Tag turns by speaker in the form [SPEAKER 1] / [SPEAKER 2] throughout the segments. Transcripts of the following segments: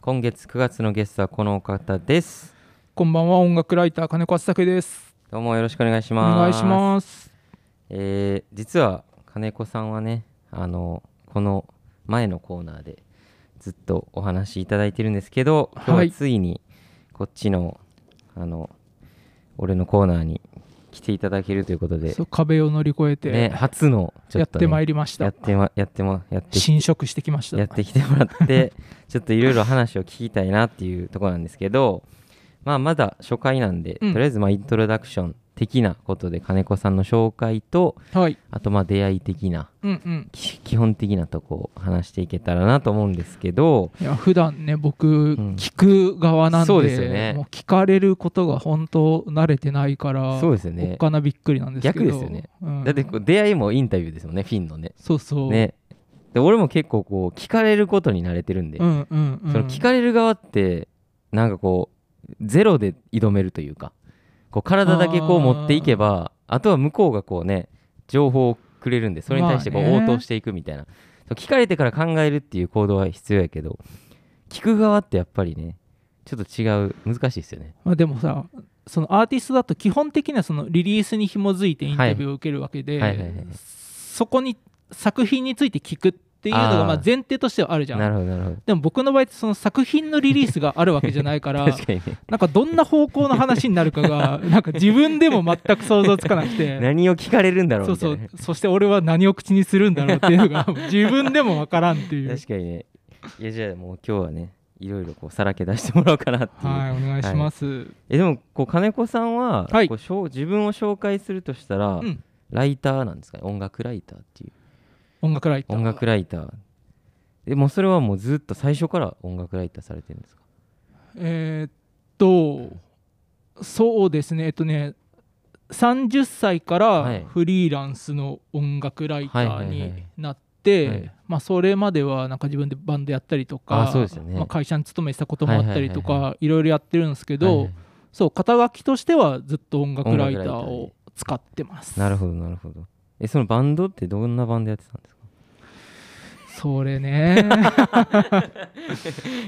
[SPEAKER 1] 今月9月のゲストはこのお方です
[SPEAKER 2] こんばんは、音楽ライター金子敦武です。
[SPEAKER 1] どうもよろしくお願いし
[SPEAKER 2] お
[SPEAKER 1] ます
[SPEAKER 2] 願いします。
[SPEAKER 1] えー実は金子さんはねあのこの前のコーナーでずっとお話しいただいてるんですけど今日
[SPEAKER 2] は
[SPEAKER 1] はいついにこっちの,、あの俺のコーナーに来ていただけるということで
[SPEAKER 2] そう、壁を乗り越え
[SPEAKER 1] ね、
[SPEAKER 2] て
[SPEAKER 1] 初のちょ
[SPEAKER 2] や
[SPEAKER 1] っ
[SPEAKER 2] っ
[SPEAKER 1] と、
[SPEAKER 2] て
[SPEAKER 1] ね、
[SPEAKER 2] まいりまし
[SPEAKER 1] や
[SPEAKER 2] た
[SPEAKER 1] っ。てまやってまやってき
[SPEAKER 2] 侵食してきまし。
[SPEAKER 1] やったてきてもらって ちょっといろいろ話を聞きたいなっていうところなんですけど、まあ、まだ初回なんで、
[SPEAKER 2] うん
[SPEAKER 1] とりあえずまあイントロダクション的なことで金子さんの紹介と
[SPEAKER 2] はい。
[SPEAKER 1] あとまあ出会い的な
[SPEAKER 2] うんうん。
[SPEAKER 1] き基本的なとこを話していけたらなと思うんですけど
[SPEAKER 2] いや普段ね僕
[SPEAKER 1] ん
[SPEAKER 2] 聞く側なんで,、
[SPEAKER 1] そうですよね
[SPEAKER 2] もう聞かれることが本当慣れてないから
[SPEAKER 1] そうですよ
[SPEAKER 2] お
[SPEAKER 1] ね
[SPEAKER 2] っかなびっくりなんですけど
[SPEAKER 1] 逆ですよね、
[SPEAKER 2] うん
[SPEAKER 1] だってこう出会いもインタビューですもんねフィンのね
[SPEAKER 2] そうそう、
[SPEAKER 1] ねで俺も結構こう聞かれることに慣れてるんで、
[SPEAKER 2] うんうんうん
[SPEAKER 1] その聞かれる側ってなんかこうゼロで挑めるというかこう体だけこう
[SPEAKER 2] あー
[SPEAKER 1] 持っていけばあとは向こうがこうね情報をくれるんでそれに対してこう
[SPEAKER 2] まあ
[SPEAKER 1] 応
[SPEAKER 2] ね
[SPEAKER 1] 答していくみたいな、そう聞かれてから考えるっていう行動は必要やけど聞く側ってやっぱりねちょっと違う難しいですよね
[SPEAKER 2] まあ、でもさそのアーティストだと基本的にはそのリリースに紐づいてインタビューを受けるわけで、
[SPEAKER 1] はいはいはいはい
[SPEAKER 2] そこに作品について聞くっていうの
[SPEAKER 1] あー
[SPEAKER 2] がまあ前提としてはあるじゃ
[SPEAKER 1] なんるほどなるほど
[SPEAKER 2] でも僕の場合ってその作品のリリースがあるわけじゃないから
[SPEAKER 1] 確かにね
[SPEAKER 2] なんかどんな方向の話になるか がなんか自分でも全く想像つかなくて
[SPEAKER 1] 何を聞かれるんだろう
[SPEAKER 2] そう
[SPEAKER 1] みたい
[SPEAKER 2] そ
[SPEAKER 1] な
[SPEAKER 2] う
[SPEAKER 1] ね
[SPEAKER 2] そして俺は何を口にするんだろうっていう のが自分でもわからんっていう
[SPEAKER 1] 確かにねいやじゃあもう今日はねいろいろこうさらけ出してもらおうかなっていう
[SPEAKER 2] はいお願いします、
[SPEAKER 1] えでもこう金子さんは、
[SPEAKER 2] はい
[SPEAKER 1] こうしょう自分を紹介するとしたら、
[SPEAKER 2] うん
[SPEAKER 1] ライターなんですかね音楽ライターっていう
[SPEAKER 2] 音楽ライター
[SPEAKER 1] 音楽ライターでもうそれはもうずっと最初から音楽ライターされてるんですか
[SPEAKER 2] えーっとそうですねえっとね30歳か
[SPEAKER 1] はい
[SPEAKER 2] らフリーランスの音楽ライタ
[SPEAKER 1] はい
[SPEAKER 2] ー
[SPEAKER 1] はいはい
[SPEAKER 2] になっ
[SPEAKER 1] はい
[SPEAKER 2] てまあそれまではなんか自分でバンドやったりと
[SPEAKER 1] あ
[SPEAKER 2] か
[SPEAKER 1] そうですよね
[SPEAKER 2] まあ会社に勤めてたこともあったりと
[SPEAKER 1] はいは
[SPEAKER 2] かいろいろやってるんですけ
[SPEAKER 1] はい
[SPEAKER 2] ど
[SPEAKER 1] は
[SPEAKER 2] そう肩書きとしてはずっと音楽ライター
[SPEAKER 1] 音楽ライ
[SPEAKER 2] を使ってま
[SPEAKER 1] い
[SPEAKER 2] す
[SPEAKER 1] なるほどなるほどえそのバンドってどんなバンドやってたんですか
[SPEAKER 2] それ ね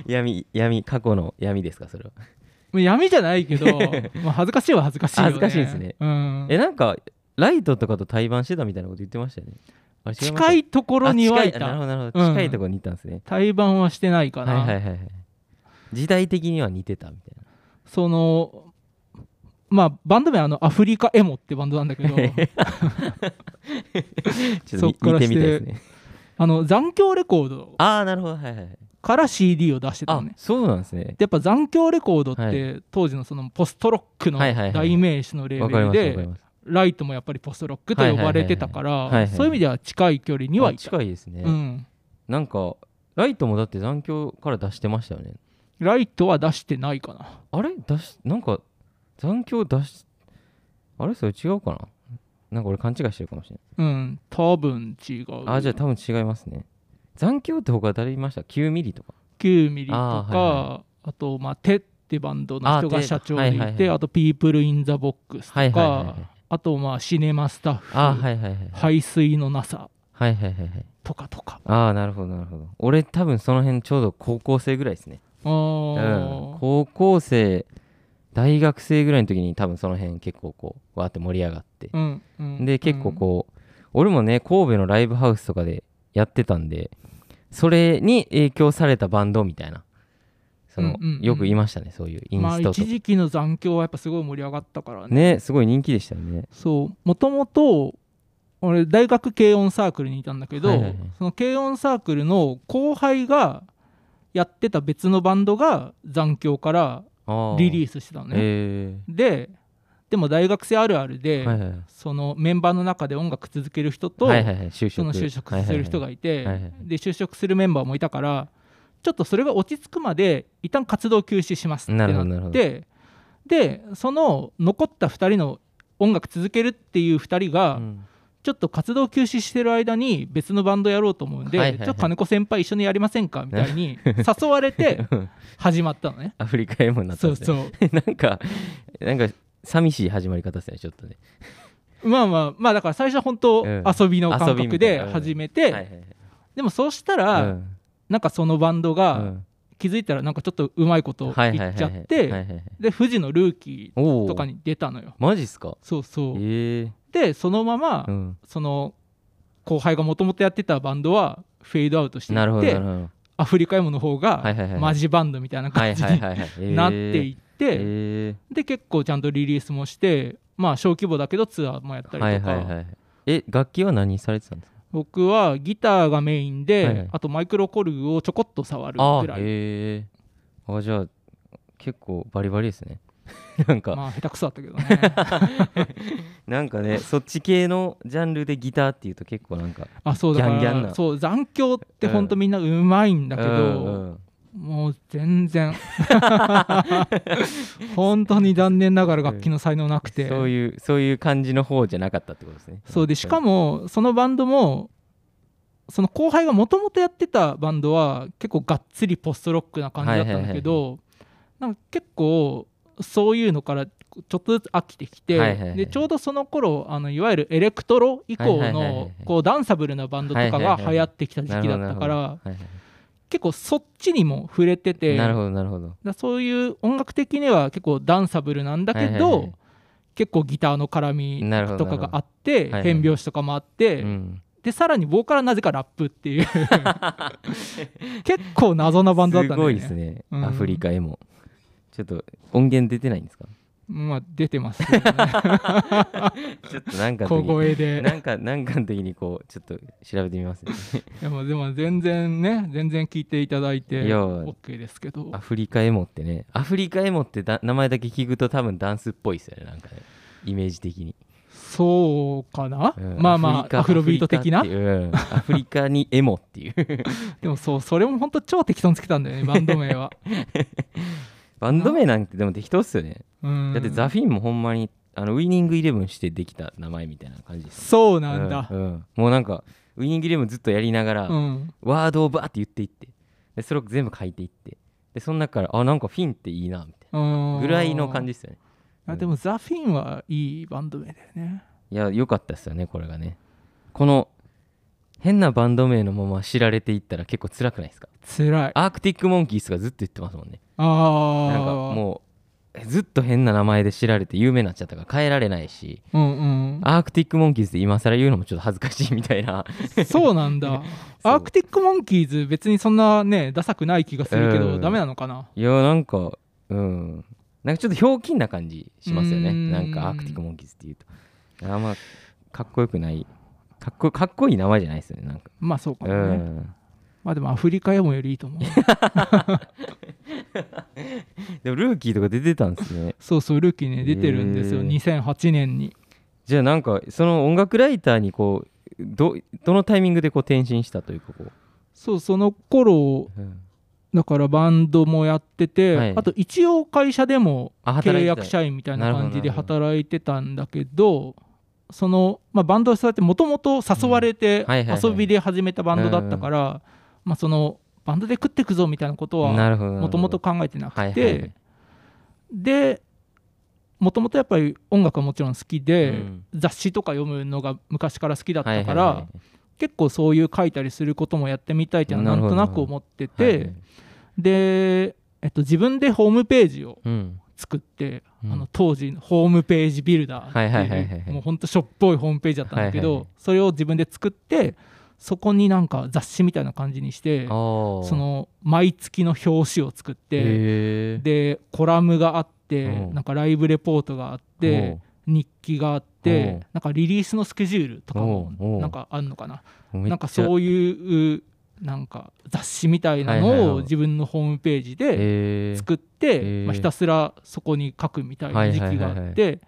[SPEAKER 1] 闇闇過去の闇ですかそれは
[SPEAKER 2] もう闇じゃないけどまあ恥ずかしいは恥ずかしいよね
[SPEAKER 1] 恥ずかしいですね
[SPEAKER 2] うん
[SPEAKER 1] えなんかライトとかと対バンしてたみたいなこと言ってましたよねあれ違ました
[SPEAKER 2] 近いところにはい
[SPEAKER 1] あ近いあなるほ
[SPEAKER 2] た
[SPEAKER 1] どなるほ
[SPEAKER 2] う
[SPEAKER 1] ど
[SPEAKER 2] ん
[SPEAKER 1] 近いところにいたんですね、
[SPEAKER 2] 対バンはしてないかな
[SPEAKER 1] はいはいはいはい時代的には似てたみたいな
[SPEAKER 2] そのまあバンド名はあのアフリカエモってバンドなんだけ ど
[SPEAKER 1] ちょっと見
[SPEAKER 2] そっから
[SPEAKER 1] 見てみたい
[SPEAKER 2] して
[SPEAKER 1] ですね
[SPEAKER 2] あの残響レコード
[SPEAKER 1] ああなるほどはいはいはい
[SPEAKER 2] から CD を出してた
[SPEAKER 1] あ
[SPEAKER 2] のね
[SPEAKER 1] そうなんですね
[SPEAKER 2] でやっぱ残響レコードって、
[SPEAKER 1] は
[SPEAKER 2] 当時のそのポストロックの
[SPEAKER 1] はいはいはい
[SPEAKER 2] 代名詞のレ
[SPEAKER 1] わ
[SPEAKER 2] ベ
[SPEAKER 1] かり
[SPEAKER 2] ル
[SPEAKER 1] ますわかり
[SPEAKER 2] で
[SPEAKER 1] ます
[SPEAKER 2] ライトもやっぱりポストロックと呼ばれてたか
[SPEAKER 1] はいはいはいはいはい
[SPEAKER 2] ら
[SPEAKER 1] はい
[SPEAKER 2] そういう意味では近い距離にはい
[SPEAKER 1] あ
[SPEAKER 2] た、
[SPEAKER 1] 近いですね、
[SPEAKER 2] うん、
[SPEAKER 1] なんかライトもだって残響から出してましたよね
[SPEAKER 2] ライトは出してないかな
[SPEAKER 1] あれ出しなんか残響出しあれそれ違うかななんか俺勘違いしてるかもしれ
[SPEAKER 2] うん多分違う
[SPEAKER 1] ないあじゃあ多分違いますね残響って他誰いました9ミリとか
[SPEAKER 2] 9ミリとか
[SPEAKER 1] あ
[SPEAKER 2] あ,、
[SPEAKER 1] ーはい
[SPEAKER 2] と、まあ、テってバンドの人
[SPEAKER 1] あー
[SPEAKER 2] が
[SPEAKER 1] テ
[SPEAKER 2] 社長でいてあ,、
[SPEAKER 1] はいはいはい
[SPEAKER 2] とピープルインザボックスとか、
[SPEAKER 1] はいはいはいはい
[SPEAKER 2] あとまあシネマスタッフ、
[SPEAKER 1] あはいはいはい
[SPEAKER 2] 排水のなさ
[SPEAKER 1] はいはいはいはい
[SPEAKER 2] とかとか
[SPEAKER 1] ああなるほどなるほど俺多分その辺ちょうど高校生ぐらいですね
[SPEAKER 2] あ
[SPEAKER 1] うん
[SPEAKER 2] ー、
[SPEAKER 1] 高校生大学生ぐらいの時に多分その辺結構こうわーって盛り上がって
[SPEAKER 2] う、んうん
[SPEAKER 1] で結構こう、俺もね神戸のライブハウスとかでやってたんでそれに影響されたバンドみたいなその、
[SPEAKER 2] うんうんうん
[SPEAKER 1] よくいましたねそういうイ
[SPEAKER 2] う
[SPEAKER 1] ン
[SPEAKER 2] んまあ
[SPEAKER 1] ストと
[SPEAKER 2] 一
[SPEAKER 1] か、
[SPEAKER 2] 時期の残響はやっぱすごい盛り上がったからね
[SPEAKER 1] ねすごい人気でしたよね
[SPEAKER 2] そうもともと俺大学軽音サークルにいたんだけど、
[SPEAKER 1] はいはいはい
[SPEAKER 2] その軽音サークルの後輩がやってた別のバンドが残響からリリ
[SPEAKER 1] ー
[SPEAKER 2] ースしてたのね、
[SPEAKER 1] え
[SPEAKER 2] ででも大学生あるある
[SPEAKER 1] え
[SPEAKER 2] で、
[SPEAKER 1] はいはいはい
[SPEAKER 2] そのメンバーの中で音楽続ける人と、
[SPEAKER 1] はいはいはい就職
[SPEAKER 2] その就職する人
[SPEAKER 1] い
[SPEAKER 2] がいて、
[SPEAKER 1] はいはいはい
[SPEAKER 2] で就職するメンバーもいたからちょっとそれが落ち着くまで一旦活動休止しますって
[SPEAKER 1] な
[SPEAKER 2] な
[SPEAKER 1] るほどなる
[SPEAKER 2] っ
[SPEAKER 1] ほ
[SPEAKER 2] てでその残った2人の音楽続けるっていう2人が、
[SPEAKER 1] はいはいうん
[SPEAKER 2] ちょっと活動休止してる間に別のバンドやろうと思うんで、
[SPEAKER 1] はいはいはい
[SPEAKER 2] ちょっと金子先輩一緒にやりませんかみた いに誘われて始まったのね。
[SPEAKER 1] アフリカ M になったん
[SPEAKER 2] そう
[SPEAKER 1] ですね
[SPEAKER 2] そう
[SPEAKER 1] なんかなんか寂しい始まり方ですねちょっとね
[SPEAKER 2] まあまあまあだから最初は本当
[SPEAKER 1] うん
[SPEAKER 2] 遊びの感
[SPEAKER 1] 遊びみ
[SPEAKER 2] 覚
[SPEAKER 1] たい
[SPEAKER 2] で
[SPEAKER 1] なうん
[SPEAKER 2] 始め
[SPEAKER 1] はい
[SPEAKER 2] て、
[SPEAKER 1] はいはい
[SPEAKER 2] でもそうした
[SPEAKER 1] う
[SPEAKER 2] ら、
[SPEAKER 1] ん
[SPEAKER 2] なんかそのバンドが、
[SPEAKER 1] うん
[SPEAKER 2] 気づいたらなんかちょっとうまいこと
[SPEAKER 1] はいは
[SPEAKER 2] 言
[SPEAKER 1] い
[SPEAKER 2] っちゃっ
[SPEAKER 1] はいはい
[SPEAKER 2] て
[SPEAKER 1] はい
[SPEAKER 2] で富士のルーキ
[SPEAKER 1] お
[SPEAKER 2] ー
[SPEAKER 1] お
[SPEAKER 2] とかに出たのよ
[SPEAKER 1] マジっすか
[SPEAKER 2] そうそう、
[SPEAKER 1] ええ
[SPEAKER 2] でそのまま、
[SPEAKER 1] うん
[SPEAKER 2] その後輩がもともとやってたバンドはフェードアウトして
[SPEAKER 1] なる
[SPEAKER 2] い
[SPEAKER 1] ほ
[SPEAKER 2] っ
[SPEAKER 1] どな
[SPEAKER 2] て
[SPEAKER 1] るほど
[SPEAKER 2] アフリカイモの方が、
[SPEAKER 1] はいはいはいはい
[SPEAKER 2] マジバンドみたいな
[SPEAKER 1] はい
[SPEAKER 2] 感じ
[SPEAKER 1] はい
[SPEAKER 2] に
[SPEAKER 1] はいはい
[SPEAKER 2] なってい
[SPEAKER 1] っ
[SPEAKER 2] って、
[SPEAKER 1] え
[SPEAKER 2] で結構ちゃんとリリースもしてまあ小規模だけどツアーもやっ
[SPEAKER 1] え
[SPEAKER 2] た
[SPEAKER 1] は
[SPEAKER 2] り
[SPEAKER 1] い
[SPEAKER 2] とか、
[SPEAKER 1] はいはいえ楽器は何されてたんですか
[SPEAKER 2] 僕はギターがメインで、
[SPEAKER 1] はいはい
[SPEAKER 2] あとマイクロコルグをちょこっと触る
[SPEAKER 1] あ
[SPEAKER 2] ぐ
[SPEAKER 1] ー
[SPEAKER 2] らい
[SPEAKER 1] ええあじゃあ結構バリバリですね なんか
[SPEAKER 2] まあ下手くそだったけどね
[SPEAKER 1] なんかねそっち系のジャンルでギターっていうと結構なんか
[SPEAKER 2] あそうだか
[SPEAKER 1] ギャンギャンな
[SPEAKER 2] らそう残響ってほんとみんなうまいんだけど、
[SPEAKER 1] うんうん
[SPEAKER 2] もう全然 本当に残念ながら楽器の才能なくて、
[SPEAKER 1] そういうそういう感じの方じゃなかったってことですね
[SPEAKER 2] そうでしか
[SPEAKER 1] も
[SPEAKER 2] もそのバンドもその後輩がもともとやってたバンドは結構がっつりポストロックな感じだったんだけど、なんか結構そういうのからちょっとずつ飽きてきて、
[SPEAKER 1] はいはいはい
[SPEAKER 2] でちょうどその頃あのいわゆるエレクトロ以降
[SPEAKER 1] はいはいはいは
[SPEAKER 2] の
[SPEAKER 1] い
[SPEAKER 2] こうダンサブルなバンドとかが流行ってきた時期だったから、
[SPEAKER 1] はいはい
[SPEAKER 2] 結構そっちにも触れてて
[SPEAKER 1] なるほどなるほど
[SPEAKER 2] だそういう音楽的には結構ダンサブルなんだけど、
[SPEAKER 1] はいはいはい
[SPEAKER 2] 結構ギターの絡み
[SPEAKER 1] なるほど
[SPEAKER 2] とかがあって、
[SPEAKER 1] なるほどはいはい
[SPEAKER 2] 変拍子とかもあって、
[SPEAKER 1] うん
[SPEAKER 2] でさらにボーカルはなぜかラップっていう結構謎なバンドだった
[SPEAKER 1] す
[SPEAKER 2] んだ
[SPEAKER 1] ご
[SPEAKER 2] よ
[SPEAKER 1] い
[SPEAKER 2] ね
[SPEAKER 1] ですね
[SPEAKER 2] うん
[SPEAKER 1] アフリカへもちょっと音源出てないんですか
[SPEAKER 2] まあ出てますよね
[SPEAKER 1] ちょっとなんかの
[SPEAKER 2] 小
[SPEAKER 1] 時
[SPEAKER 2] 声で
[SPEAKER 1] なんかなんかの時にこうちょっと調べてみますね
[SPEAKER 2] でもでも全然ね全然聞いていただいて
[SPEAKER 1] いや
[SPEAKER 2] OK ですけど
[SPEAKER 1] アフリカエモってねアフリカエモってだ名前だけ聞くと多分ダンスっぽいですよねなんかねイメージ的に、
[SPEAKER 2] そうかな、
[SPEAKER 1] うん
[SPEAKER 2] まあまあアフロビート的な
[SPEAKER 1] アフリカってうんアフリカにエモっていう
[SPEAKER 2] でもそうそれも本当超適当につけたんだよねバン ド名は、
[SPEAKER 1] バンド名なんてでも適当っすよね
[SPEAKER 2] うん、
[SPEAKER 1] だってザ・フィンもほんまにあのウイニングイレブンしてできた名前みたいな感じです
[SPEAKER 2] そうなんだ
[SPEAKER 1] う、うんもうなんかウイニングイレブンずっとやりながら、
[SPEAKER 2] うん、
[SPEAKER 1] ワードをバーって言っていってでそれを全部書いていってでその中からあなんかフィンっていいなみたいなぐ
[SPEAKER 2] ぐ
[SPEAKER 1] らいの感じですよね
[SPEAKER 2] あでもザ・フィンはいいバンド名だよね
[SPEAKER 1] いや良かったですよねこれがねこの変なバンド名のまま知られていったら結構辛くないですか
[SPEAKER 2] 辛いあ
[SPEAKER 1] アークティック・モンキーズがずっと言ってますもんね
[SPEAKER 2] あ
[SPEAKER 1] なんかもうえずっと変な名前で知られて有名になっちゃったから変えられないし
[SPEAKER 2] ううん
[SPEAKER 1] アークティック・モンキーズで今更言うのもちょっと恥ずかしいみたいな
[SPEAKER 2] うんそうな んだアークティック・モンキーズ別にそんなねダサくない気がするけ
[SPEAKER 1] う
[SPEAKER 2] ど
[SPEAKER 1] ん
[SPEAKER 2] ダメなのかない
[SPEAKER 1] やなんかうんなんかちょっとひょうきんな感じしますよね
[SPEAKER 2] うーん
[SPEAKER 1] なんかアークティック・モンキーズっていうとあんまかっこよくないかっこかっこいい名前じゃないですよねなんか
[SPEAKER 2] まあそうか
[SPEAKER 1] う
[SPEAKER 2] もね、
[SPEAKER 1] ん
[SPEAKER 2] まあでもアフリカヤモよりいいと 思う
[SPEAKER 1] でもルーキーとか出てたんですね
[SPEAKER 2] そうそうルーキーね出てるんですよ
[SPEAKER 1] へえ
[SPEAKER 2] 2008年に
[SPEAKER 1] じゃあなんかその音楽ライターにこうどどのタイミングでこう転身したというかこう、
[SPEAKER 2] そうその頃
[SPEAKER 1] うん
[SPEAKER 2] だからバンドもやってて、
[SPEAKER 1] はい
[SPEAKER 2] あと一応会社でも
[SPEAKER 1] あ働
[SPEAKER 2] 契
[SPEAKER 1] いて
[SPEAKER 2] 約
[SPEAKER 1] た
[SPEAKER 2] 社員みたいな感じで
[SPEAKER 1] なるほど
[SPEAKER 2] 働いてたんだけどその、まあ、バンドをそうやってもともと誘われ
[SPEAKER 1] うん
[SPEAKER 2] て
[SPEAKER 1] はいはいはい
[SPEAKER 2] 遊びで始めたバンドだったから、まあ、そのバンドで食ってくぞみたいなことは
[SPEAKER 1] なるほどなるほ
[SPEAKER 2] もと
[SPEAKER 1] ど
[SPEAKER 2] もと考えてなくて、
[SPEAKER 1] はいはい
[SPEAKER 2] でもともとやっぱり音楽はもちろん好きで、
[SPEAKER 1] うん
[SPEAKER 2] 雑誌とか読むのが昔から好きだっ
[SPEAKER 1] はいはい
[SPEAKER 2] たから、
[SPEAKER 1] はい
[SPEAKER 2] 結構そういう書いたりすることもやってみたいっていうのはなんとなく思ってて、
[SPEAKER 1] はいはい
[SPEAKER 2] で、えっと、自分でホームページを
[SPEAKER 1] うん
[SPEAKER 2] 作って、
[SPEAKER 1] うん
[SPEAKER 2] あの当時のホームページビルダーっていう、
[SPEAKER 1] はいはいはいはいはい
[SPEAKER 2] もうほんとしょっぽいホームページだったんだけど、
[SPEAKER 1] はいはいはい
[SPEAKER 2] それを自分で作ってそこになんか雑誌みたいな感じにして
[SPEAKER 1] あー
[SPEAKER 2] その毎月の表紙を作って
[SPEAKER 1] へー
[SPEAKER 2] でコラムがあって
[SPEAKER 1] うん
[SPEAKER 2] なんかライブレポートがあっ
[SPEAKER 1] お
[SPEAKER 2] て
[SPEAKER 1] う
[SPEAKER 2] 日記があっ
[SPEAKER 1] おう
[SPEAKER 2] てなんかリリースのスケジュールとか
[SPEAKER 1] おうお
[SPEAKER 2] も
[SPEAKER 1] う
[SPEAKER 2] なんかあんのかな
[SPEAKER 1] めっちゃ
[SPEAKER 2] なんかそういうなんか雑誌みたいな
[SPEAKER 1] はいはい
[SPEAKER 2] の
[SPEAKER 1] は
[SPEAKER 2] を
[SPEAKER 1] い
[SPEAKER 2] 自分のホームページで、
[SPEAKER 1] へー
[SPEAKER 2] 作って、
[SPEAKER 1] えー
[SPEAKER 2] まあ、ひたすらそこに書くみたい
[SPEAKER 1] は
[SPEAKER 2] ない時
[SPEAKER 1] はい
[SPEAKER 2] 期
[SPEAKER 1] は
[SPEAKER 2] があ
[SPEAKER 1] い
[SPEAKER 2] って、
[SPEAKER 1] はい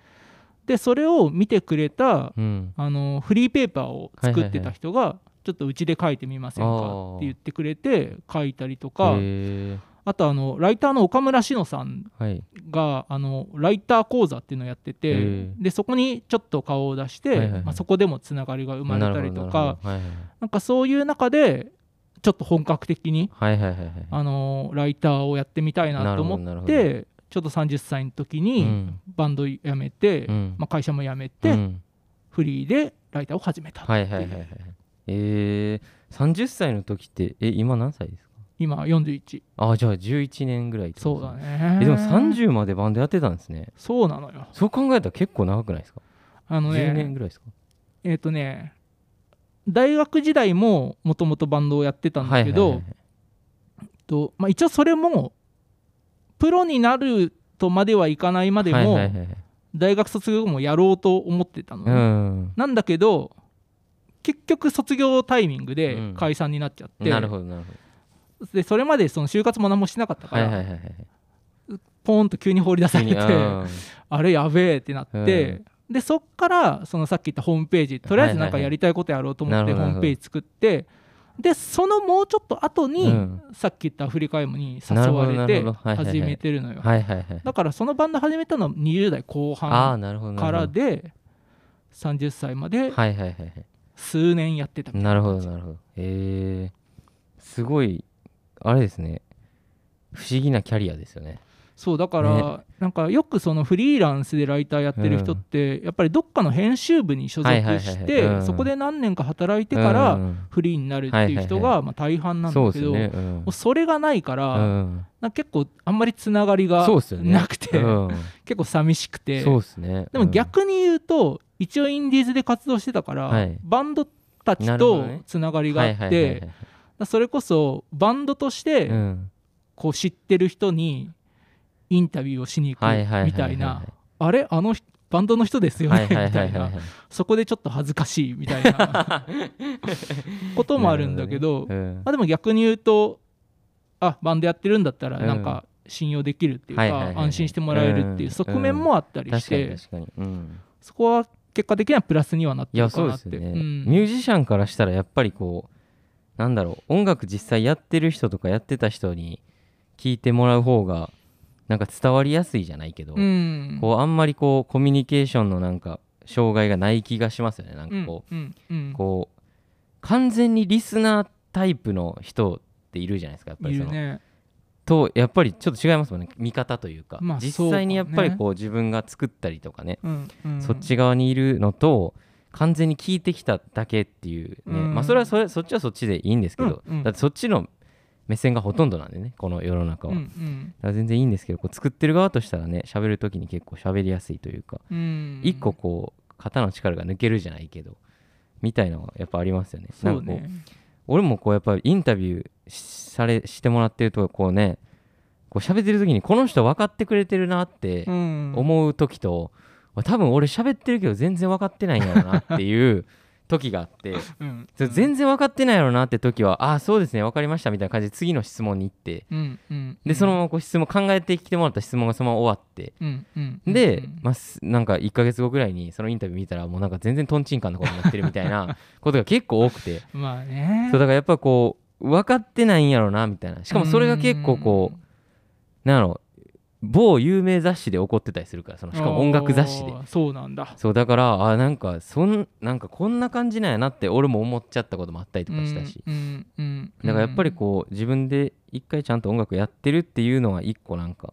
[SPEAKER 2] でそれを見てくれた
[SPEAKER 1] うん
[SPEAKER 2] あのフリーペーパーを作ってた人が、ちょっとうちで書いてみません
[SPEAKER 1] あ
[SPEAKER 2] か
[SPEAKER 1] ー
[SPEAKER 2] って言ってくれて書いたりとか
[SPEAKER 1] へー
[SPEAKER 2] あとあのライターの岡村志乃さん
[SPEAKER 1] はい
[SPEAKER 2] があのライター講座っていうのをやってて、
[SPEAKER 1] へー
[SPEAKER 2] でそこにちょっと顔を出して、
[SPEAKER 1] はいはいはい
[SPEAKER 2] まあ、そこでもつながりが生まれたりと
[SPEAKER 1] なる
[SPEAKER 2] か
[SPEAKER 1] ほどなる
[SPEAKER 2] なんかそういう中でちょっと本格的に
[SPEAKER 1] ほどはいはいはいはいはいはい
[SPEAKER 2] あのライターをやってみたいなと
[SPEAKER 1] なる
[SPEAKER 2] 思っ
[SPEAKER 1] ほどな
[SPEAKER 2] てちょっと30歳の時
[SPEAKER 1] う
[SPEAKER 2] に
[SPEAKER 1] ん
[SPEAKER 2] バンド辞めて、
[SPEAKER 1] うん
[SPEAKER 2] まあ、会社も辞めて、
[SPEAKER 1] うん
[SPEAKER 2] フリーでライターを始めた、
[SPEAKER 1] はいはいはいはいえー、30歳の時ってえ今何歳ですか
[SPEAKER 2] 今41
[SPEAKER 1] ああじゃあ11年ぐらいってこ
[SPEAKER 2] そ
[SPEAKER 1] と
[SPEAKER 2] う
[SPEAKER 1] です
[SPEAKER 2] だ
[SPEAKER 1] ね
[SPEAKER 2] ね
[SPEAKER 1] えでも30までバンドやってたんですね
[SPEAKER 2] そうなのよ
[SPEAKER 1] そう考えたら結構長くないですか、
[SPEAKER 2] あの
[SPEAKER 1] 10年
[SPEAKER 2] ね
[SPEAKER 1] ぐらいですか
[SPEAKER 2] えっ、とね大学時代ももともとバンドをやってたんだけど、
[SPEAKER 1] はいはい
[SPEAKER 2] とまあ、一応それもプロになるとまではいかないまで
[SPEAKER 1] はいはい
[SPEAKER 2] も、
[SPEAKER 1] はいはいはい
[SPEAKER 2] 大学卒業後もやろうと思ってたのね、
[SPEAKER 1] うん
[SPEAKER 2] なんだけど結局卒業タイミングで
[SPEAKER 1] うん
[SPEAKER 2] 解散になっちゃって、
[SPEAKER 1] なるほどなるほど
[SPEAKER 2] でそれまでその就活も何もしてなかったか
[SPEAKER 1] はい
[SPEAKER 2] ら、
[SPEAKER 1] はいはいはい
[SPEAKER 2] ポーンと急に放り出され
[SPEAKER 1] 急に
[SPEAKER 2] て
[SPEAKER 1] あ
[SPEAKER 2] あ
[SPEAKER 1] ー
[SPEAKER 2] れやべえってなって、でそっからそのさっき言ったホームページとりあえずなん
[SPEAKER 1] はいは
[SPEAKER 2] か
[SPEAKER 1] いはい
[SPEAKER 2] やりたいことやろうと思っ
[SPEAKER 1] なる
[SPEAKER 2] て
[SPEAKER 1] ほ
[SPEAKER 2] ホ
[SPEAKER 1] ど
[SPEAKER 2] ームページ作ってでそのもうちょっと後に、
[SPEAKER 1] うん
[SPEAKER 2] さっき言ったアフリカイムに誘
[SPEAKER 1] なるほ
[SPEAKER 2] わ
[SPEAKER 1] ど
[SPEAKER 2] れ
[SPEAKER 1] なる
[SPEAKER 2] て
[SPEAKER 1] ほどはいはいはい
[SPEAKER 2] 始めてるのよ、
[SPEAKER 1] はいはいはい
[SPEAKER 2] だからそのバンド始めたのは20代後
[SPEAKER 1] ああ
[SPEAKER 2] 半
[SPEAKER 1] なるほどなるほ
[SPEAKER 2] か
[SPEAKER 1] ど
[SPEAKER 2] らで30歳まで
[SPEAKER 1] はいはいはいはい
[SPEAKER 2] 数年やってたみたい
[SPEAKER 1] なるほどなるほどへえすごいあれですね不思議なキャリアですよね
[SPEAKER 2] そうだから、なんかよくそのフリーランスでライターやってる人って、やっぱりどっかの編集部に所属
[SPEAKER 1] はいはいはいはい
[SPEAKER 2] し
[SPEAKER 1] う
[SPEAKER 2] て
[SPEAKER 1] ん
[SPEAKER 2] そこで何年か働いてから
[SPEAKER 1] うんうん
[SPEAKER 2] フリーになるっていう人
[SPEAKER 1] はい
[SPEAKER 2] がまあ大半なん
[SPEAKER 1] そうで
[SPEAKER 2] だけ
[SPEAKER 1] す
[SPEAKER 2] ど、
[SPEAKER 1] よねうん
[SPEAKER 2] もうそれがないから、
[SPEAKER 1] うん
[SPEAKER 2] なんか結構あんまりつながりが
[SPEAKER 1] そうっすよね
[SPEAKER 2] なくて、
[SPEAKER 1] うん
[SPEAKER 2] 結構寂しくて
[SPEAKER 1] そうですね
[SPEAKER 2] でも
[SPEAKER 1] うん
[SPEAKER 2] 逆に言うと一応インディーズで活動してたから、
[SPEAKER 1] はい
[SPEAKER 2] バンドたち
[SPEAKER 1] なるほど
[SPEAKER 2] と
[SPEAKER 1] ね
[SPEAKER 2] つながりがあって、
[SPEAKER 1] はいはいはいはい
[SPEAKER 2] だからそれこそバンドとして、
[SPEAKER 1] うん
[SPEAKER 2] こう知ってる人にインタビューをしに行
[SPEAKER 1] はいはいはい
[SPEAKER 2] く
[SPEAKER 1] はい
[SPEAKER 2] みたいなあれあの人バンドの人ですよ
[SPEAKER 1] は
[SPEAKER 2] ね
[SPEAKER 1] い
[SPEAKER 2] み
[SPEAKER 1] はいは
[SPEAKER 2] た
[SPEAKER 1] い
[SPEAKER 2] い
[SPEAKER 1] はい
[SPEAKER 2] なそこでちょっと恥ずかしいみたいな こともあるんだけ
[SPEAKER 1] なる
[SPEAKER 2] ど
[SPEAKER 1] ほねうん
[SPEAKER 2] まあでも逆に言うとあバンドやってるんだったら
[SPEAKER 1] うん
[SPEAKER 2] なんか信用できるっていう
[SPEAKER 1] はいはいは
[SPEAKER 2] か
[SPEAKER 1] いはい
[SPEAKER 2] 安心してもらえるっていう側面もあったりし
[SPEAKER 1] 確かに
[SPEAKER 2] て
[SPEAKER 1] 確かにうん
[SPEAKER 2] そこは結果的にはプラスにはなっ
[SPEAKER 1] い
[SPEAKER 2] て
[SPEAKER 1] や
[SPEAKER 2] るか
[SPEAKER 1] そう
[SPEAKER 2] な
[SPEAKER 1] で
[SPEAKER 2] っ
[SPEAKER 1] す
[SPEAKER 2] て
[SPEAKER 1] よね、
[SPEAKER 2] うん
[SPEAKER 1] ミュージシャンからしたらやっぱりこうなんだろう音楽実際やってる人とかやってた人に聞いてもらう方がなんか伝わりやすいじゃないけど、
[SPEAKER 2] うん
[SPEAKER 1] こうあんまりこうコミュニケーションのなんか障害がない気がしますよねなんかこ
[SPEAKER 2] うんうんうん
[SPEAKER 1] う,、こう完全にリスナータイプの人っているじゃないですかやっぱ
[SPEAKER 2] い
[SPEAKER 1] りそ
[SPEAKER 2] る
[SPEAKER 1] の、
[SPEAKER 2] ね
[SPEAKER 1] とやっぱりちょっと違いますもんね見方というか、
[SPEAKER 2] まあ
[SPEAKER 1] 実際にやっぱ
[SPEAKER 2] そうか
[SPEAKER 1] り
[SPEAKER 2] ね
[SPEAKER 1] こう自分が作ったりとかね
[SPEAKER 2] うんうん
[SPEAKER 1] そっち側にいるのと完全に聞いてきただけっていうね、
[SPEAKER 2] うん
[SPEAKER 1] まあそれはそれそっちはそっちでいいんですけど、
[SPEAKER 2] うんうん
[SPEAKER 1] だってそっちの目線がほとんどなんでねこの世の中
[SPEAKER 2] う
[SPEAKER 1] は、
[SPEAKER 2] んう
[SPEAKER 1] だ
[SPEAKER 2] ん
[SPEAKER 1] から全然いいんですけどこう作ってる側としたらね喋る時に結構喋りやすいというか、
[SPEAKER 2] うん
[SPEAKER 1] 一個こう肩の力が抜けるじゃないけどみたいなのがやっぱありますよね。
[SPEAKER 2] そう
[SPEAKER 1] なんかこう
[SPEAKER 2] ね
[SPEAKER 1] 俺もこうやっぱりインタビューしされしてもらってるとこうねこう喋ってる時にこの人分かってくれてるなって、
[SPEAKER 2] 思
[SPEAKER 1] 思う時と、多分俺喋ってるけど全然分かってないんやろなって いう時があって
[SPEAKER 2] うん、うん
[SPEAKER 1] それ全然分かってないやろなって時はああそうですね分かりましたみたいな感じで次の質問に行って
[SPEAKER 2] うんうん、
[SPEAKER 1] でそのままこう質問考えてきてもらった質問がそのまま終わって
[SPEAKER 2] うん、うんうん、
[SPEAKER 1] で、
[SPEAKER 2] うん
[SPEAKER 1] まあ、すなんか1ヶ月後ぐらいにそのインタビュー見たらもうなんか全然とんちんかんなことになってるみたい なことが結構多くて
[SPEAKER 2] まあね
[SPEAKER 1] そうだからやっぱこう分かってないんやろなみたいなしかもそれが結構こうなんやろ某有名雑誌で起こってたりするからその
[SPEAKER 2] うん
[SPEAKER 1] しかも音楽雑誌で
[SPEAKER 2] おーそうなんだ
[SPEAKER 1] そうだからあなんかそんなんかこんな感じなんやなって俺も思っちゃったこともあったりとかしたし、
[SPEAKER 2] うんうんうん、
[SPEAKER 1] だからやっぱりこう自分で一回ちゃんと音楽やってるっていうのが一個なんか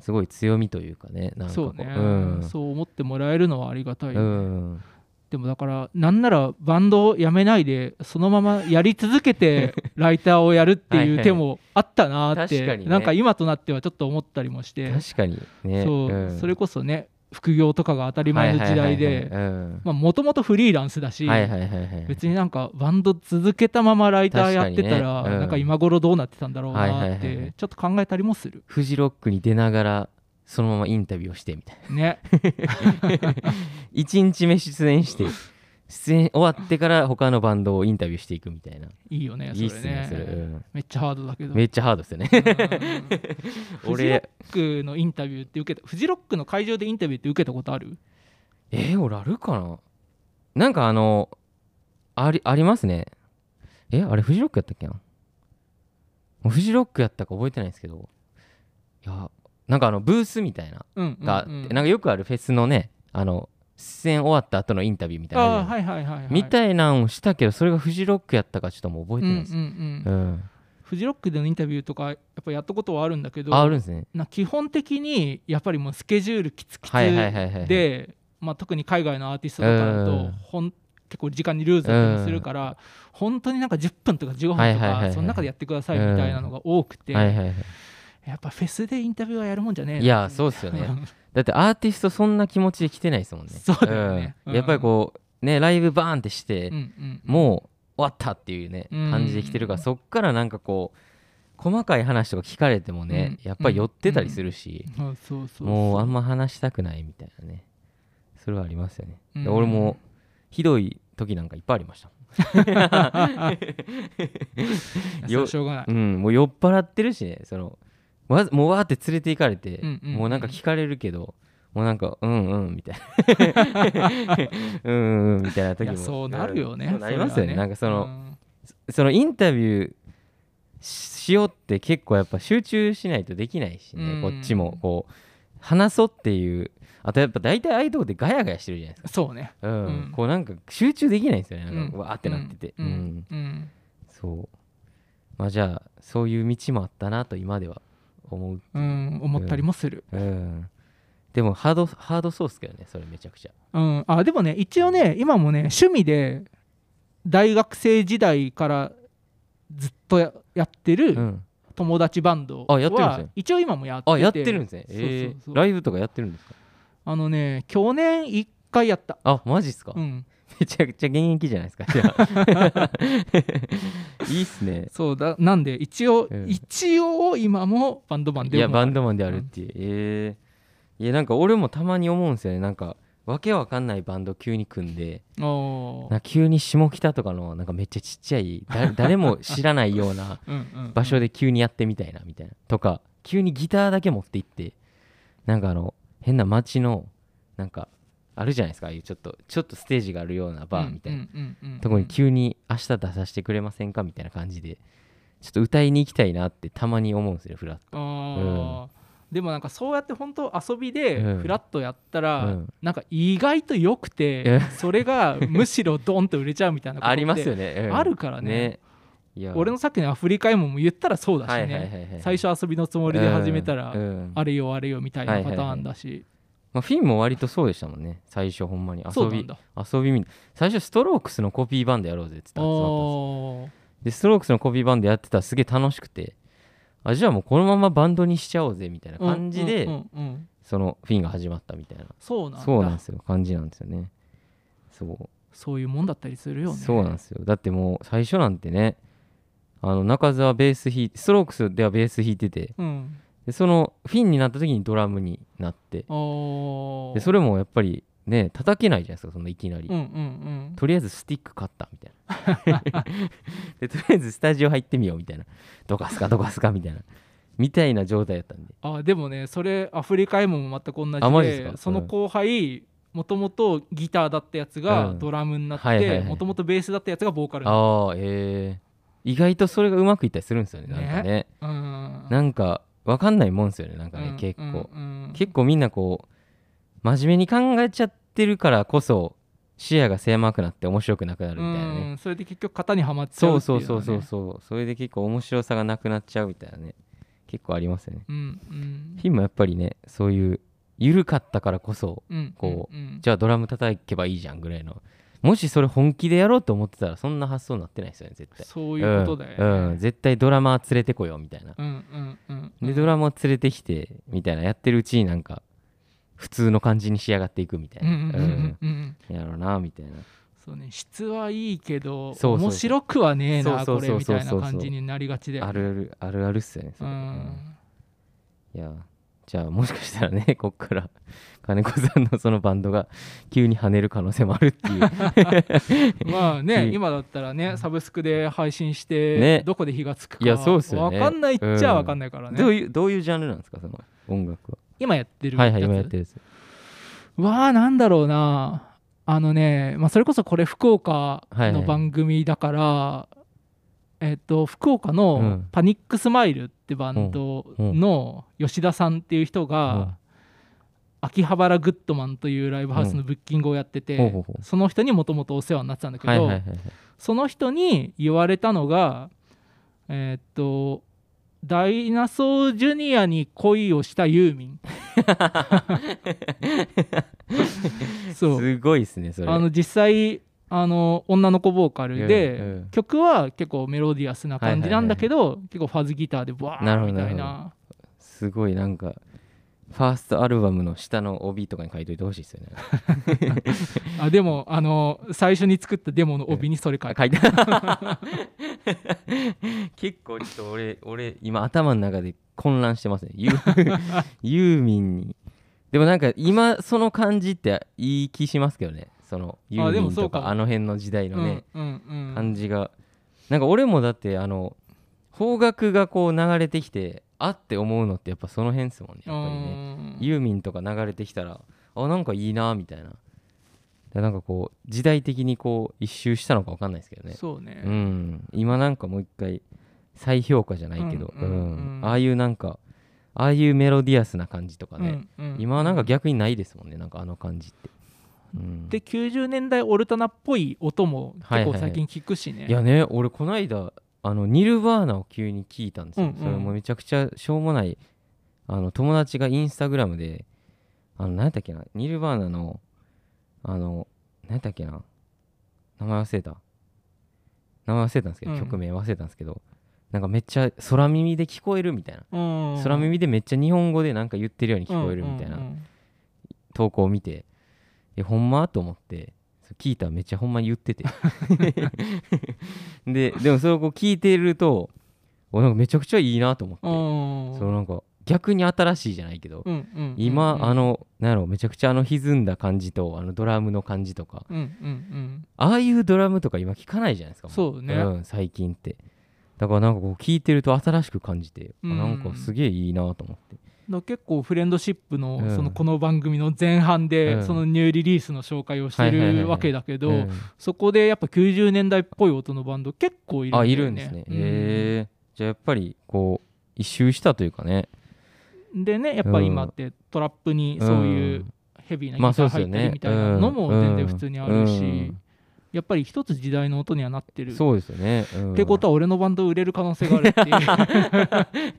[SPEAKER 1] すごい強みというかねなんかこ
[SPEAKER 2] そううね、
[SPEAKER 1] ん
[SPEAKER 2] そう思ってもらえるのはありがたい、
[SPEAKER 1] うん
[SPEAKER 2] でもだからなんならバンドをやめないでそのままやり続 けてライターをやるって
[SPEAKER 1] はい
[SPEAKER 2] い
[SPEAKER 1] は
[SPEAKER 2] う
[SPEAKER 1] い
[SPEAKER 2] 手もあったなーって
[SPEAKER 1] 確かにね
[SPEAKER 2] なんか今となってはちょっと思ったりもして、
[SPEAKER 1] 確かにね
[SPEAKER 2] そう、
[SPEAKER 1] ん
[SPEAKER 2] それこそね副業とかが当たり前の時代でもともとフリーランスだし、
[SPEAKER 1] はいはいはいはいうんはいはいはいはい
[SPEAKER 2] 別になんかバンド続けたままライターやって
[SPEAKER 1] 確か
[SPEAKER 2] たら、
[SPEAKER 1] にねうん
[SPEAKER 2] なんか今頃どうなってたんだろう
[SPEAKER 1] は
[SPEAKER 2] なっ
[SPEAKER 1] いはいはいはい
[SPEAKER 2] てちょっと考えたりもする
[SPEAKER 1] フジロックに出ながらそのままインタビューをしてみたいな
[SPEAKER 2] ね
[SPEAKER 1] 1日目出演して出演終わってから他のバンドをインタビューしていくみたいない
[SPEAKER 2] いよね そ
[SPEAKER 1] いい
[SPEAKER 2] れ
[SPEAKER 1] っすねそれ、う
[SPEAKER 2] ね
[SPEAKER 1] ん
[SPEAKER 2] めっちゃハードだけど
[SPEAKER 1] めっちゃハードですよね
[SPEAKER 2] うんフジロッ
[SPEAKER 1] 俺
[SPEAKER 2] クのインタビューって受けたフジロックの会場でインタビューって受けたことある
[SPEAKER 1] えー、俺あるかななんかあのありありますねえあれフジロックやったっけなもうフジロックやったか覚えてないんですけどいやなんかあのブースみたいな
[SPEAKER 2] うんうん
[SPEAKER 1] があって、
[SPEAKER 2] うん
[SPEAKER 1] なんかよくあるフェスのねあの出演終わった後のインタビューみたいなのあ
[SPEAKER 2] あ
[SPEAKER 1] るじ
[SPEAKER 2] ー
[SPEAKER 1] ゃん
[SPEAKER 2] はいはいはいはい
[SPEAKER 1] みたいなんをしたけどそれがフジロックやったかちょっともう覚え
[SPEAKER 2] うん
[SPEAKER 1] て
[SPEAKER 2] うん
[SPEAKER 1] ない
[SPEAKER 2] う
[SPEAKER 1] です、
[SPEAKER 2] ん
[SPEAKER 1] うん
[SPEAKER 2] フジロックでのインタビューとかやっぱやったことはあるんだけど
[SPEAKER 1] ああるんですね
[SPEAKER 2] な基本的にやっぱりもうスケジュールきつきつ
[SPEAKER 1] はいはいはいはいはい
[SPEAKER 2] で、まあ、特に海外のアーティストとかだ
[SPEAKER 1] うん
[SPEAKER 2] とほん結構時間にルーズだったりするから、本当になんか10分とか15分とか、
[SPEAKER 1] はいはいはいはい
[SPEAKER 2] その中でやってくださいみたいなのが多くて、
[SPEAKER 1] はいはいはい
[SPEAKER 2] やっぱフェスでインタビューはやるもんじゃねえない
[SPEAKER 1] やそうっすよねだってアーティストそんな気持ちで来てないですもんね
[SPEAKER 2] そうだよね
[SPEAKER 1] うんやっぱりこうねライブバーンってして
[SPEAKER 2] うん、うんうん
[SPEAKER 1] もう終わったっていうね
[SPEAKER 2] うん
[SPEAKER 1] 感じで来てるからそっからなんかこう細かい話とか聞かれてもね
[SPEAKER 2] うん
[SPEAKER 1] やっぱり寄ってたりするし
[SPEAKER 2] そうそうそう
[SPEAKER 1] もうあんま話したくないみたいなねそれはありますよね
[SPEAKER 2] うん
[SPEAKER 1] で俺もひどい時なんかいっぱいありました
[SPEAKER 2] いやそ れ
[SPEAKER 1] よ
[SPEAKER 2] はしょうがない
[SPEAKER 1] うん、もう酔っ払ってるしねそのわざもうわーって連れて行かれて、
[SPEAKER 2] うんうんうん
[SPEAKER 1] もうなんか聞かれるけどもうなんかうんうんみたいなうんう んうんみたいな時
[SPEAKER 2] い
[SPEAKER 1] も
[SPEAKER 2] やそうなるよね、
[SPEAKER 1] うんそうなりますよねなんかその、
[SPEAKER 2] の、
[SPEAKER 1] そのインタビューししようって結構やっぱ集中しないとできないしね、
[SPEAKER 2] うん
[SPEAKER 1] こっちもこう話そうっていうあとやっぱ大体ああいうとこでガヤガヤしてるじゃないですか
[SPEAKER 2] そうね
[SPEAKER 1] うん、
[SPEAKER 2] うん
[SPEAKER 1] こうなんか集中できないんですよねなん
[SPEAKER 2] う
[SPEAKER 1] か
[SPEAKER 2] ん
[SPEAKER 1] わーってなってて
[SPEAKER 2] うんうん
[SPEAKER 1] そうまあじゃあそういう道もあったなと今では思う、
[SPEAKER 2] うん思ったりもする、
[SPEAKER 1] うん、でもハードハードそうっすけどねそれめちゃくちゃ
[SPEAKER 2] うん、あでもね一応ね今もね趣味で大学生時代からずっとややって
[SPEAKER 1] う
[SPEAKER 2] る
[SPEAKER 1] ん
[SPEAKER 2] 友達バンドは、
[SPEAKER 1] あやってるんですね
[SPEAKER 2] 一応今もやってて
[SPEAKER 1] あやってるんですねえ
[SPEAKER 2] そうそうそう
[SPEAKER 1] ーライブとかやってるんですか
[SPEAKER 2] あのね去年1回やった
[SPEAKER 1] あマジっすか、
[SPEAKER 2] うん
[SPEAKER 1] めちゃくちゃ現役じゃないですかじゃ あいいっすね
[SPEAKER 2] そうだなんで一応、
[SPEAKER 1] うん
[SPEAKER 2] 一応今もバンドマンで
[SPEAKER 1] いやバン
[SPEAKER 2] ド
[SPEAKER 1] ドマンであるっていう、えーいやなんか俺もたまに思うんですよねなんかわけわかんないバンド急に組んで
[SPEAKER 2] おー
[SPEAKER 1] なんか急に下北とかのなんかめっちゃちっちゃいだ誰も知らないような
[SPEAKER 2] うんうんうん
[SPEAKER 1] 場所で急にやってみたいなみたいなとか急にギターだけ持って行ってなんかあの変な街のなんかあるじゃないですかああいうちょっとちょっとステージがあるようなバーみたいな、
[SPEAKER 2] うんうんうんうん
[SPEAKER 1] とこに急に明日出させてくれませんかみたいな感じでちょっと歌いに行きたいなってたまに思うんですよフラッ
[SPEAKER 2] あーでもなんかそうやって本当遊びで
[SPEAKER 1] うん
[SPEAKER 2] フラッとやったら、
[SPEAKER 1] うん
[SPEAKER 2] なんか意外と良く
[SPEAKER 1] う
[SPEAKER 2] て
[SPEAKER 1] ん
[SPEAKER 2] それがむしろドンと売れちゃうみたいなことって
[SPEAKER 1] ありますよね、うん
[SPEAKER 2] あるからね
[SPEAKER 1] いや
[SPEAKER 2] 俺のさっきのアフリカイモンも言ったらそうだしね、
[SPEAKER 1] はいはいはいはい
[SPEAKER 2] 最初遊びのつもりで始めたら、
[SPEAKER 1] うんうん
[SPEAKER 2] あれよあれよみたいなパターンだし、
[SPEAKER 1] まあ、フィンも割とそうでしたもんね最初ほんまに
[SPEAKER 2] そ
[SPEAKER 1] 遊
[SPEAKER 2] うなん
[SPEAKER 1] び
[SPEAKER 2] だ
[SPEAKER 1] 遊びみ最初ストロークスのコピーバンドやろうぜって言って集まったんですよ
[SPEAKER 2] おー
[SPEAKER 1] でストロークスのコピーバンドやってたらすげえ楽しくてあじゃあもうこのままバンドにしちゃおうぜみたいな感じで、
[SPEAKER 2] うんうんうんうん
[SPEAKER 1] そのフィンが始まったみたいな
[SPEAKER 2] そうなんだ
[SPEAKER 1] そうなんですよ感じなんですよねそう
[SPEAKER 2] そういうもんだったりするよね
[SPEAKER 1] そうなんですよだってもう最初なんてねあの中澤ベース弾いてストロークスではベース弾いてて
[SPEAKER 2] うん
[SPEAKER 1] でそのフィンになった時にドラムになって
[SPEAKER 2] おー
[SPEAKER 1] でそれもやっぱりね叩けないじゃないですかそのいきなり、
[SPEAKER 2] うんうんうん
[SPEAKER 1] とりあえずスティック買ったみたいな でとりあえずスタジオ入ってみようみたいなどかすかどかすかみたいなみたいな状態だったんで
[SPEAKER 2] あでもねそれアフリカイモンも全く同じで
[SPEAKER 1] あマジっすか
[SPEAKER 2] その後輩もともとギターだったやつが
[SPEAKER 1] うん
[SPEAKER 2] ドラムになっ
[SPEAKER 1] はいはい
[SPEAKER 2] て
[SPEAKER 1] はい
[SPEAKER 2] もともとベースだったやつがボーカルになっ
[SPEAKER 1] ああえー、意外とそれがうまくいったりするんですよねなんかね
[SPEAKER 2] たうん
[SPEAKER 1] なんかわかんないもんですよねなんかね、
[SPEAKER 2] うん
[SPEAKER 1] 結構、
[SPEAKER 2] うんうん
[SPEAKER 1] 結構みんなこう真面目に考えちゃってるからこそ視野が狭くなって面白くなくなるみたいなね、
[SPEAKER 2] うんそれで結局型にはまっちゃ
[SPEAKER 1] そうう
[SPEAKER 2] ってい
[SPEAKER 1] そううそうそうそうそれで結構面白さがなくなっちゃうみたいなね結構ありますよね
[SPEAKER 2] ううんうん
[SPEAKER 1] フィンもやっぱりねそういう緩かったからこそ
[SPEAKER 2] うん
[SPEAKER 1] こ
[SPEAKER 2] うんうん
[SPEAKER 1] じゃあドラム叩けばいいじゃんぐらいのもしそれ本気でやろうと思ってたらそんな発想になってないですよね絶対
[SPEAKER 2] そういうことだよね
[SPEAKER 1] うんうん絶対ドラマー連れてこようみたいな、
[SPEAKER 2] うんうんうんうん
[SPEAKER 1] でドラマー連れてきてみたいなやってるうちになんか普通の感じに仕上がっていくみたい
[SPEAKER 2] うん
[SPEAKER 1] な、
[SPEAKER 2] うんうんうんうん
[SPEAKER 1] うんやろうなみたいな
[SPEAKER 2] そうね質はいいけど
[SPEAKER 1] そうそうそう
[SPEAKER 2] 面白くはねえな
[SPEAKER 1] そ
[SPEAKER 2] こ
[SPEAKER 1] うそう
[SPEAKER 2] れ
[SPEAKER 1] そう
[SPEAKER 2] みたい
[SPEAKER 1] そ
[SPEAKER 2] な
[SPEAKER 1] うそうそう
[SPEAKER 2] 感じになりがちで
[SPEAKER 1] あるあるあるあるっすよねそれ
[SPEAKER 2] うん
[SPEAKER 1] いやじゃあもしかしたらねこっから金子さんのそのバンドが急に跳ねる可能性もあるっていう
[SPEAKER 2] まあね
[SPEAKER 1] うん
[SPEAKER 2] 今だったらねサブスクで配信して、
[SPEAKER 1] ね
[SPEAKER 2] どこで火がつくか
[SPEAKER 1] いやそうっすよね
[SPEAKER 2] わかんないっちゃわかんないからね、
[SPEAKER 1] どういうどういうジャンルなんですかその音楽は
[SPEAKER 2] 今やってるや
[SPEAKER 1] は
[SPEAKER 2] つ
[SPEAKER 1] いはい今やってるやつ
[SPEAKER 2] わあなんだろうなあのね、まあ、それこそこれ福岡
[SPEAKER 1] はいはい
[SPEAKER 2] の番組だから、えっと福岡
[SPEAKER 1] う
[SPEAKER 2] の
[SPEAKER 1] ん
[SPEAKER 2] パニックスマイルってバンドの吉田さんっていう人が秋葉原グッドマンというライブハウスのブッキングをやってて、
[SPEAKER 1] ほうほうほう
[SPEAKER 2] その人にもともとお世話になってたんだけど、
[SPEAKER 1] はいはいはいはい
[SPEAKER 2] その人に言われたのがえーっとダイナソージュニアに恋をしたユーミ ンそう
[SPEAKER 1] すごいですねそれ
[SPEAKER 2] あの実際あの女の子ボーカルで、
[SPEAKER 1] うんうん
[SPEAKER 2] 曲は結構メロディアスな感じなんだけど、結構ファズギターでブワ
[SPEAKER 1] なる
[SPEAKER 2] ー
[SPEAKER 1] ほ
[SPEAKER 2] み
[SPEAKER 1] ど
[SPEAKER 2] た
[SPEAKER 1] な
[SPEAKER 2] い
[SPEAKER 1] る
[SPEAKER 2] な
[SPEAKER 1] すごいなんかファーストアルバムの下の帯とかに書いといてほしいですよね
[SPEAKER 2] あでもあの最初に作ったデモの帯にそれ書い
[SPEAKER 1] あ
[SPEAKER 2] て
[SPEAKER 1] 書いた 結構ちょっと俺俺今頭の中で混乱してますねユー ユーミンにでもなんか今その感じっていい気しますけどねそのユー
[SPEAKER 2] で
[SPEAKER 1] ミ
[SPEAKER 2] も
[SPEAKER 1] ン
[SPEAKER 2] そ
[SPEAKER 1] と
[SPEAKER 2] うかも
[SPEAKER 1] かあの辺の時代
[SPEAKER 2] う
[SPEAKER 1] のね、
[SPEAKER 2] んうんうん
[SPEAKER 1] 感じがなんか俺もだってあの方角がこう流れてきてあって思うのってやっぱその辺ですもんねやっぱりね
[SPEAKER 2] うん
[SPEAKER 1] ユーミンとか流れてきたらあなんかいいなみたいなでなんかこう時代的にこう一周したのか分かんないですけどね
[SPEAKER 2] そうね、
[SPEAKER 1] うん今なんかもう一回再評価じゃないけど
[SPEAKER 2] うんうんうん
[SPEAKER 1] うんああいうなんかああいうメロディアスな感じとか
[SPEAKER 2] うん
[SPEAKER 1] ね、
[SPEAKER 2] うん
[SPEAKER 1] 今はなんか逆にないですもんねなんかあの感じって、うん、
[SPEAKER 2] で90年代オルタナっぽい音も
[SPEAKER 1] はいは
[SPEAKER 2] 結
[SPEAKER 1] い
[SPEAKER 2] 構
[SPEAKER 1] はい
[SPEAKER 2] 最近聞くしね、
[SPEAKER 1] いやね俺この間あのニルバーナを急に聞いたんですよ、
[SPEAKER 2] うんうん
[SPEAKER 1] それもめちゃくちゃしょうもないあの友達がインスタグラムであの何やったっけなニルバーナのあの何やったっけな名前忘れた名前忘れたんですけど、
[SPEAKER 2] うん
[SPEAKER 1] 曲名忘れたんですけどなんかめっちゃ空耳で聞こえるみたいな、
[SPEAKER 2] うん
[SPEAKER 1] 空耳でめっちゃ日本語でなんか言ってるように聞こえるみたいな、
[SPEAKER 2] うんうんうん
[SPEAKER 1] 投稿を見てえほんまと思ってそう聞いたらめっちゃほんまに言って てででもそれをこう聞いてるとおなんかめちゃくちゃいいなと思って
[SPEAKER 2] うん
[SPEAKER 1] そのなんか逆に新しいじゃないけど
[SPEAKER 2] うんうんうんうん
[SPEAKER 1] 今あのなんやろめちゃくちゃあの歪んだ感じとあのドラムの感じとか
[SPEAKER 2] うんうん
[SPEAKER 1] ああいうドラムとか今聞かないじゃないですかも
[SPEAKER 2] そうね
[SPEAKER 1] ん最近ってだからなんかこう聞いてると新しく感じてあ
[SPEAKER 2] うん
[SPEAKER 1] なんかすげえいいなと思って
[SPEAKER 2] うんの結構フレンドシップの,、
[SPEAKER 1] うん
[SPEAKER 2] そのこの番組の前半で、
[SPEAKER 1] うん
[SPEAKER 2] そのニューリリースの紹介をして
[SPEAKER 1] はいはいはいは
[SPEAKER 2] る
[SPEAKER 1] い
[SPEAKER 2] わけだけど、
[SPEAKER 1] うん
[SPEAKER 2] そこでやっぱ90年代っぽい音のバンド結構いるんだよ
[SPEAKER 1] あ
[SPEAKER 2] ね
[SPEAKER 1] いるんですね。へ、
[SPEAKER 2] うん
[SPEAKER 1] えじゃあやっぱりこう一周したというかね。
[SPEAKER 2] でねやっぱ今ってトラップにそういううんヘビーなギ
[SPEAKER 1] ま
[SPEAKER 2] タ
[SPEAKER 1] あそうです
[SPEAKER 2] ー入
[SPEAKER 1] よね。
[SPEAKER 2] ってるみたいなのも全然
[SPEAKER 1] うん
[SPEAKER 2] 普通にあるし、
[SPEAKER 1] うん
[SPEAKER 2] やっぱり一つ時代の音にはなってる。
[SPEAKER 1] そうですよね。うん
[SPEAKER 2] ってことは俺のバンド売れる可能性があるって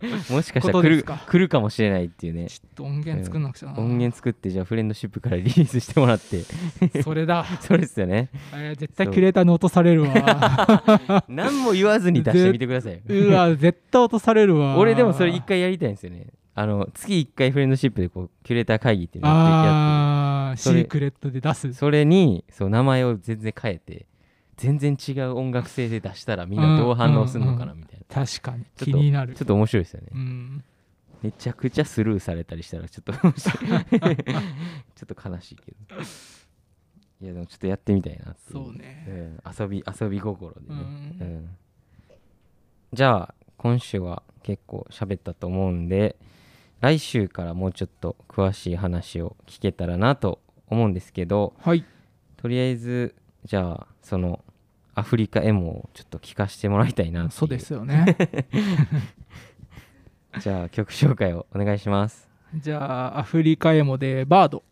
[SPEAKER 2] いう
[SPEAKER 1] もしかした
[SPEAKER 2] こ
[SPEAKER 1] ら
[SPEAKER 2] と
[SPEAKER 1] 来
[SPEAKER 2] です
[SPEAKER 1] る
[SPEAKER 2] か
[SPEAKER 1] 来るかもしれないっていうね。
[SPEAKER 2] ちょっと音源作んなくちゃな、
[SPEAKER 1] 音源作ってじゃあフレンドシップからリリースしてもら って
[SPEAKER 2] それだ、
[SPEAKER 1] そうですよね
[SPEAKER 2] えー絶対キュレーターに落とされ るわ
[SPEAKER 1] 何も言わずに出してみてくださいよ
[SPEAKER 2] うわ絶対落とされるわ
[SPEAKER 1] 俺でもそれ一回やりたいんですよねあの月一回フレンドシップでこうキュレーター会議っていうのをやってやって
[SPEAKER 2] あーシ
[SPEAKER 1] それ
[SPEAKER 2] ークレットで出す
[SPEAKER 1] それにそう名前を全然変えて全然違う音楽性で出したらみんなどう反応するのかなみたいな、
[SPEAKER 2] 確かに
[SPEAKER 1] ちょっと
[SPEAKER 2] 気になる
[SPEAKER 1] ちょっと面白いですよね、
[SPEAKER 2] うん
[SPEAKER 1] めちゃくちゃスルーされたりしたらちょっと面白い ちょっと悲しいけどいやでもちょっとやってみたいなってい
[SPEAKER 2] そうね、
[SPEAKER 1] ん遊び遊び心で
[SPEAKER 2] う
[SPEAKER 1] ね、うん
[SPEAKER 2] ん、
[SPEAKER 1] じゃあ今週は結構喋ったと思うんで来週からもうちょっと詳しい話を聞けたらなと思うんですけど
[SPEAKER 2] はい
[SPEAKER 1] とりあえずじゃあそのアフリカエモをちょっと聞かせてもらいたいなっていう
[SPEAKER 2] そうです よね
[SPEAKER 1] じゃあ曲紹介をお願いします
[SPEAKER 2] じゃあアフリカエモでバード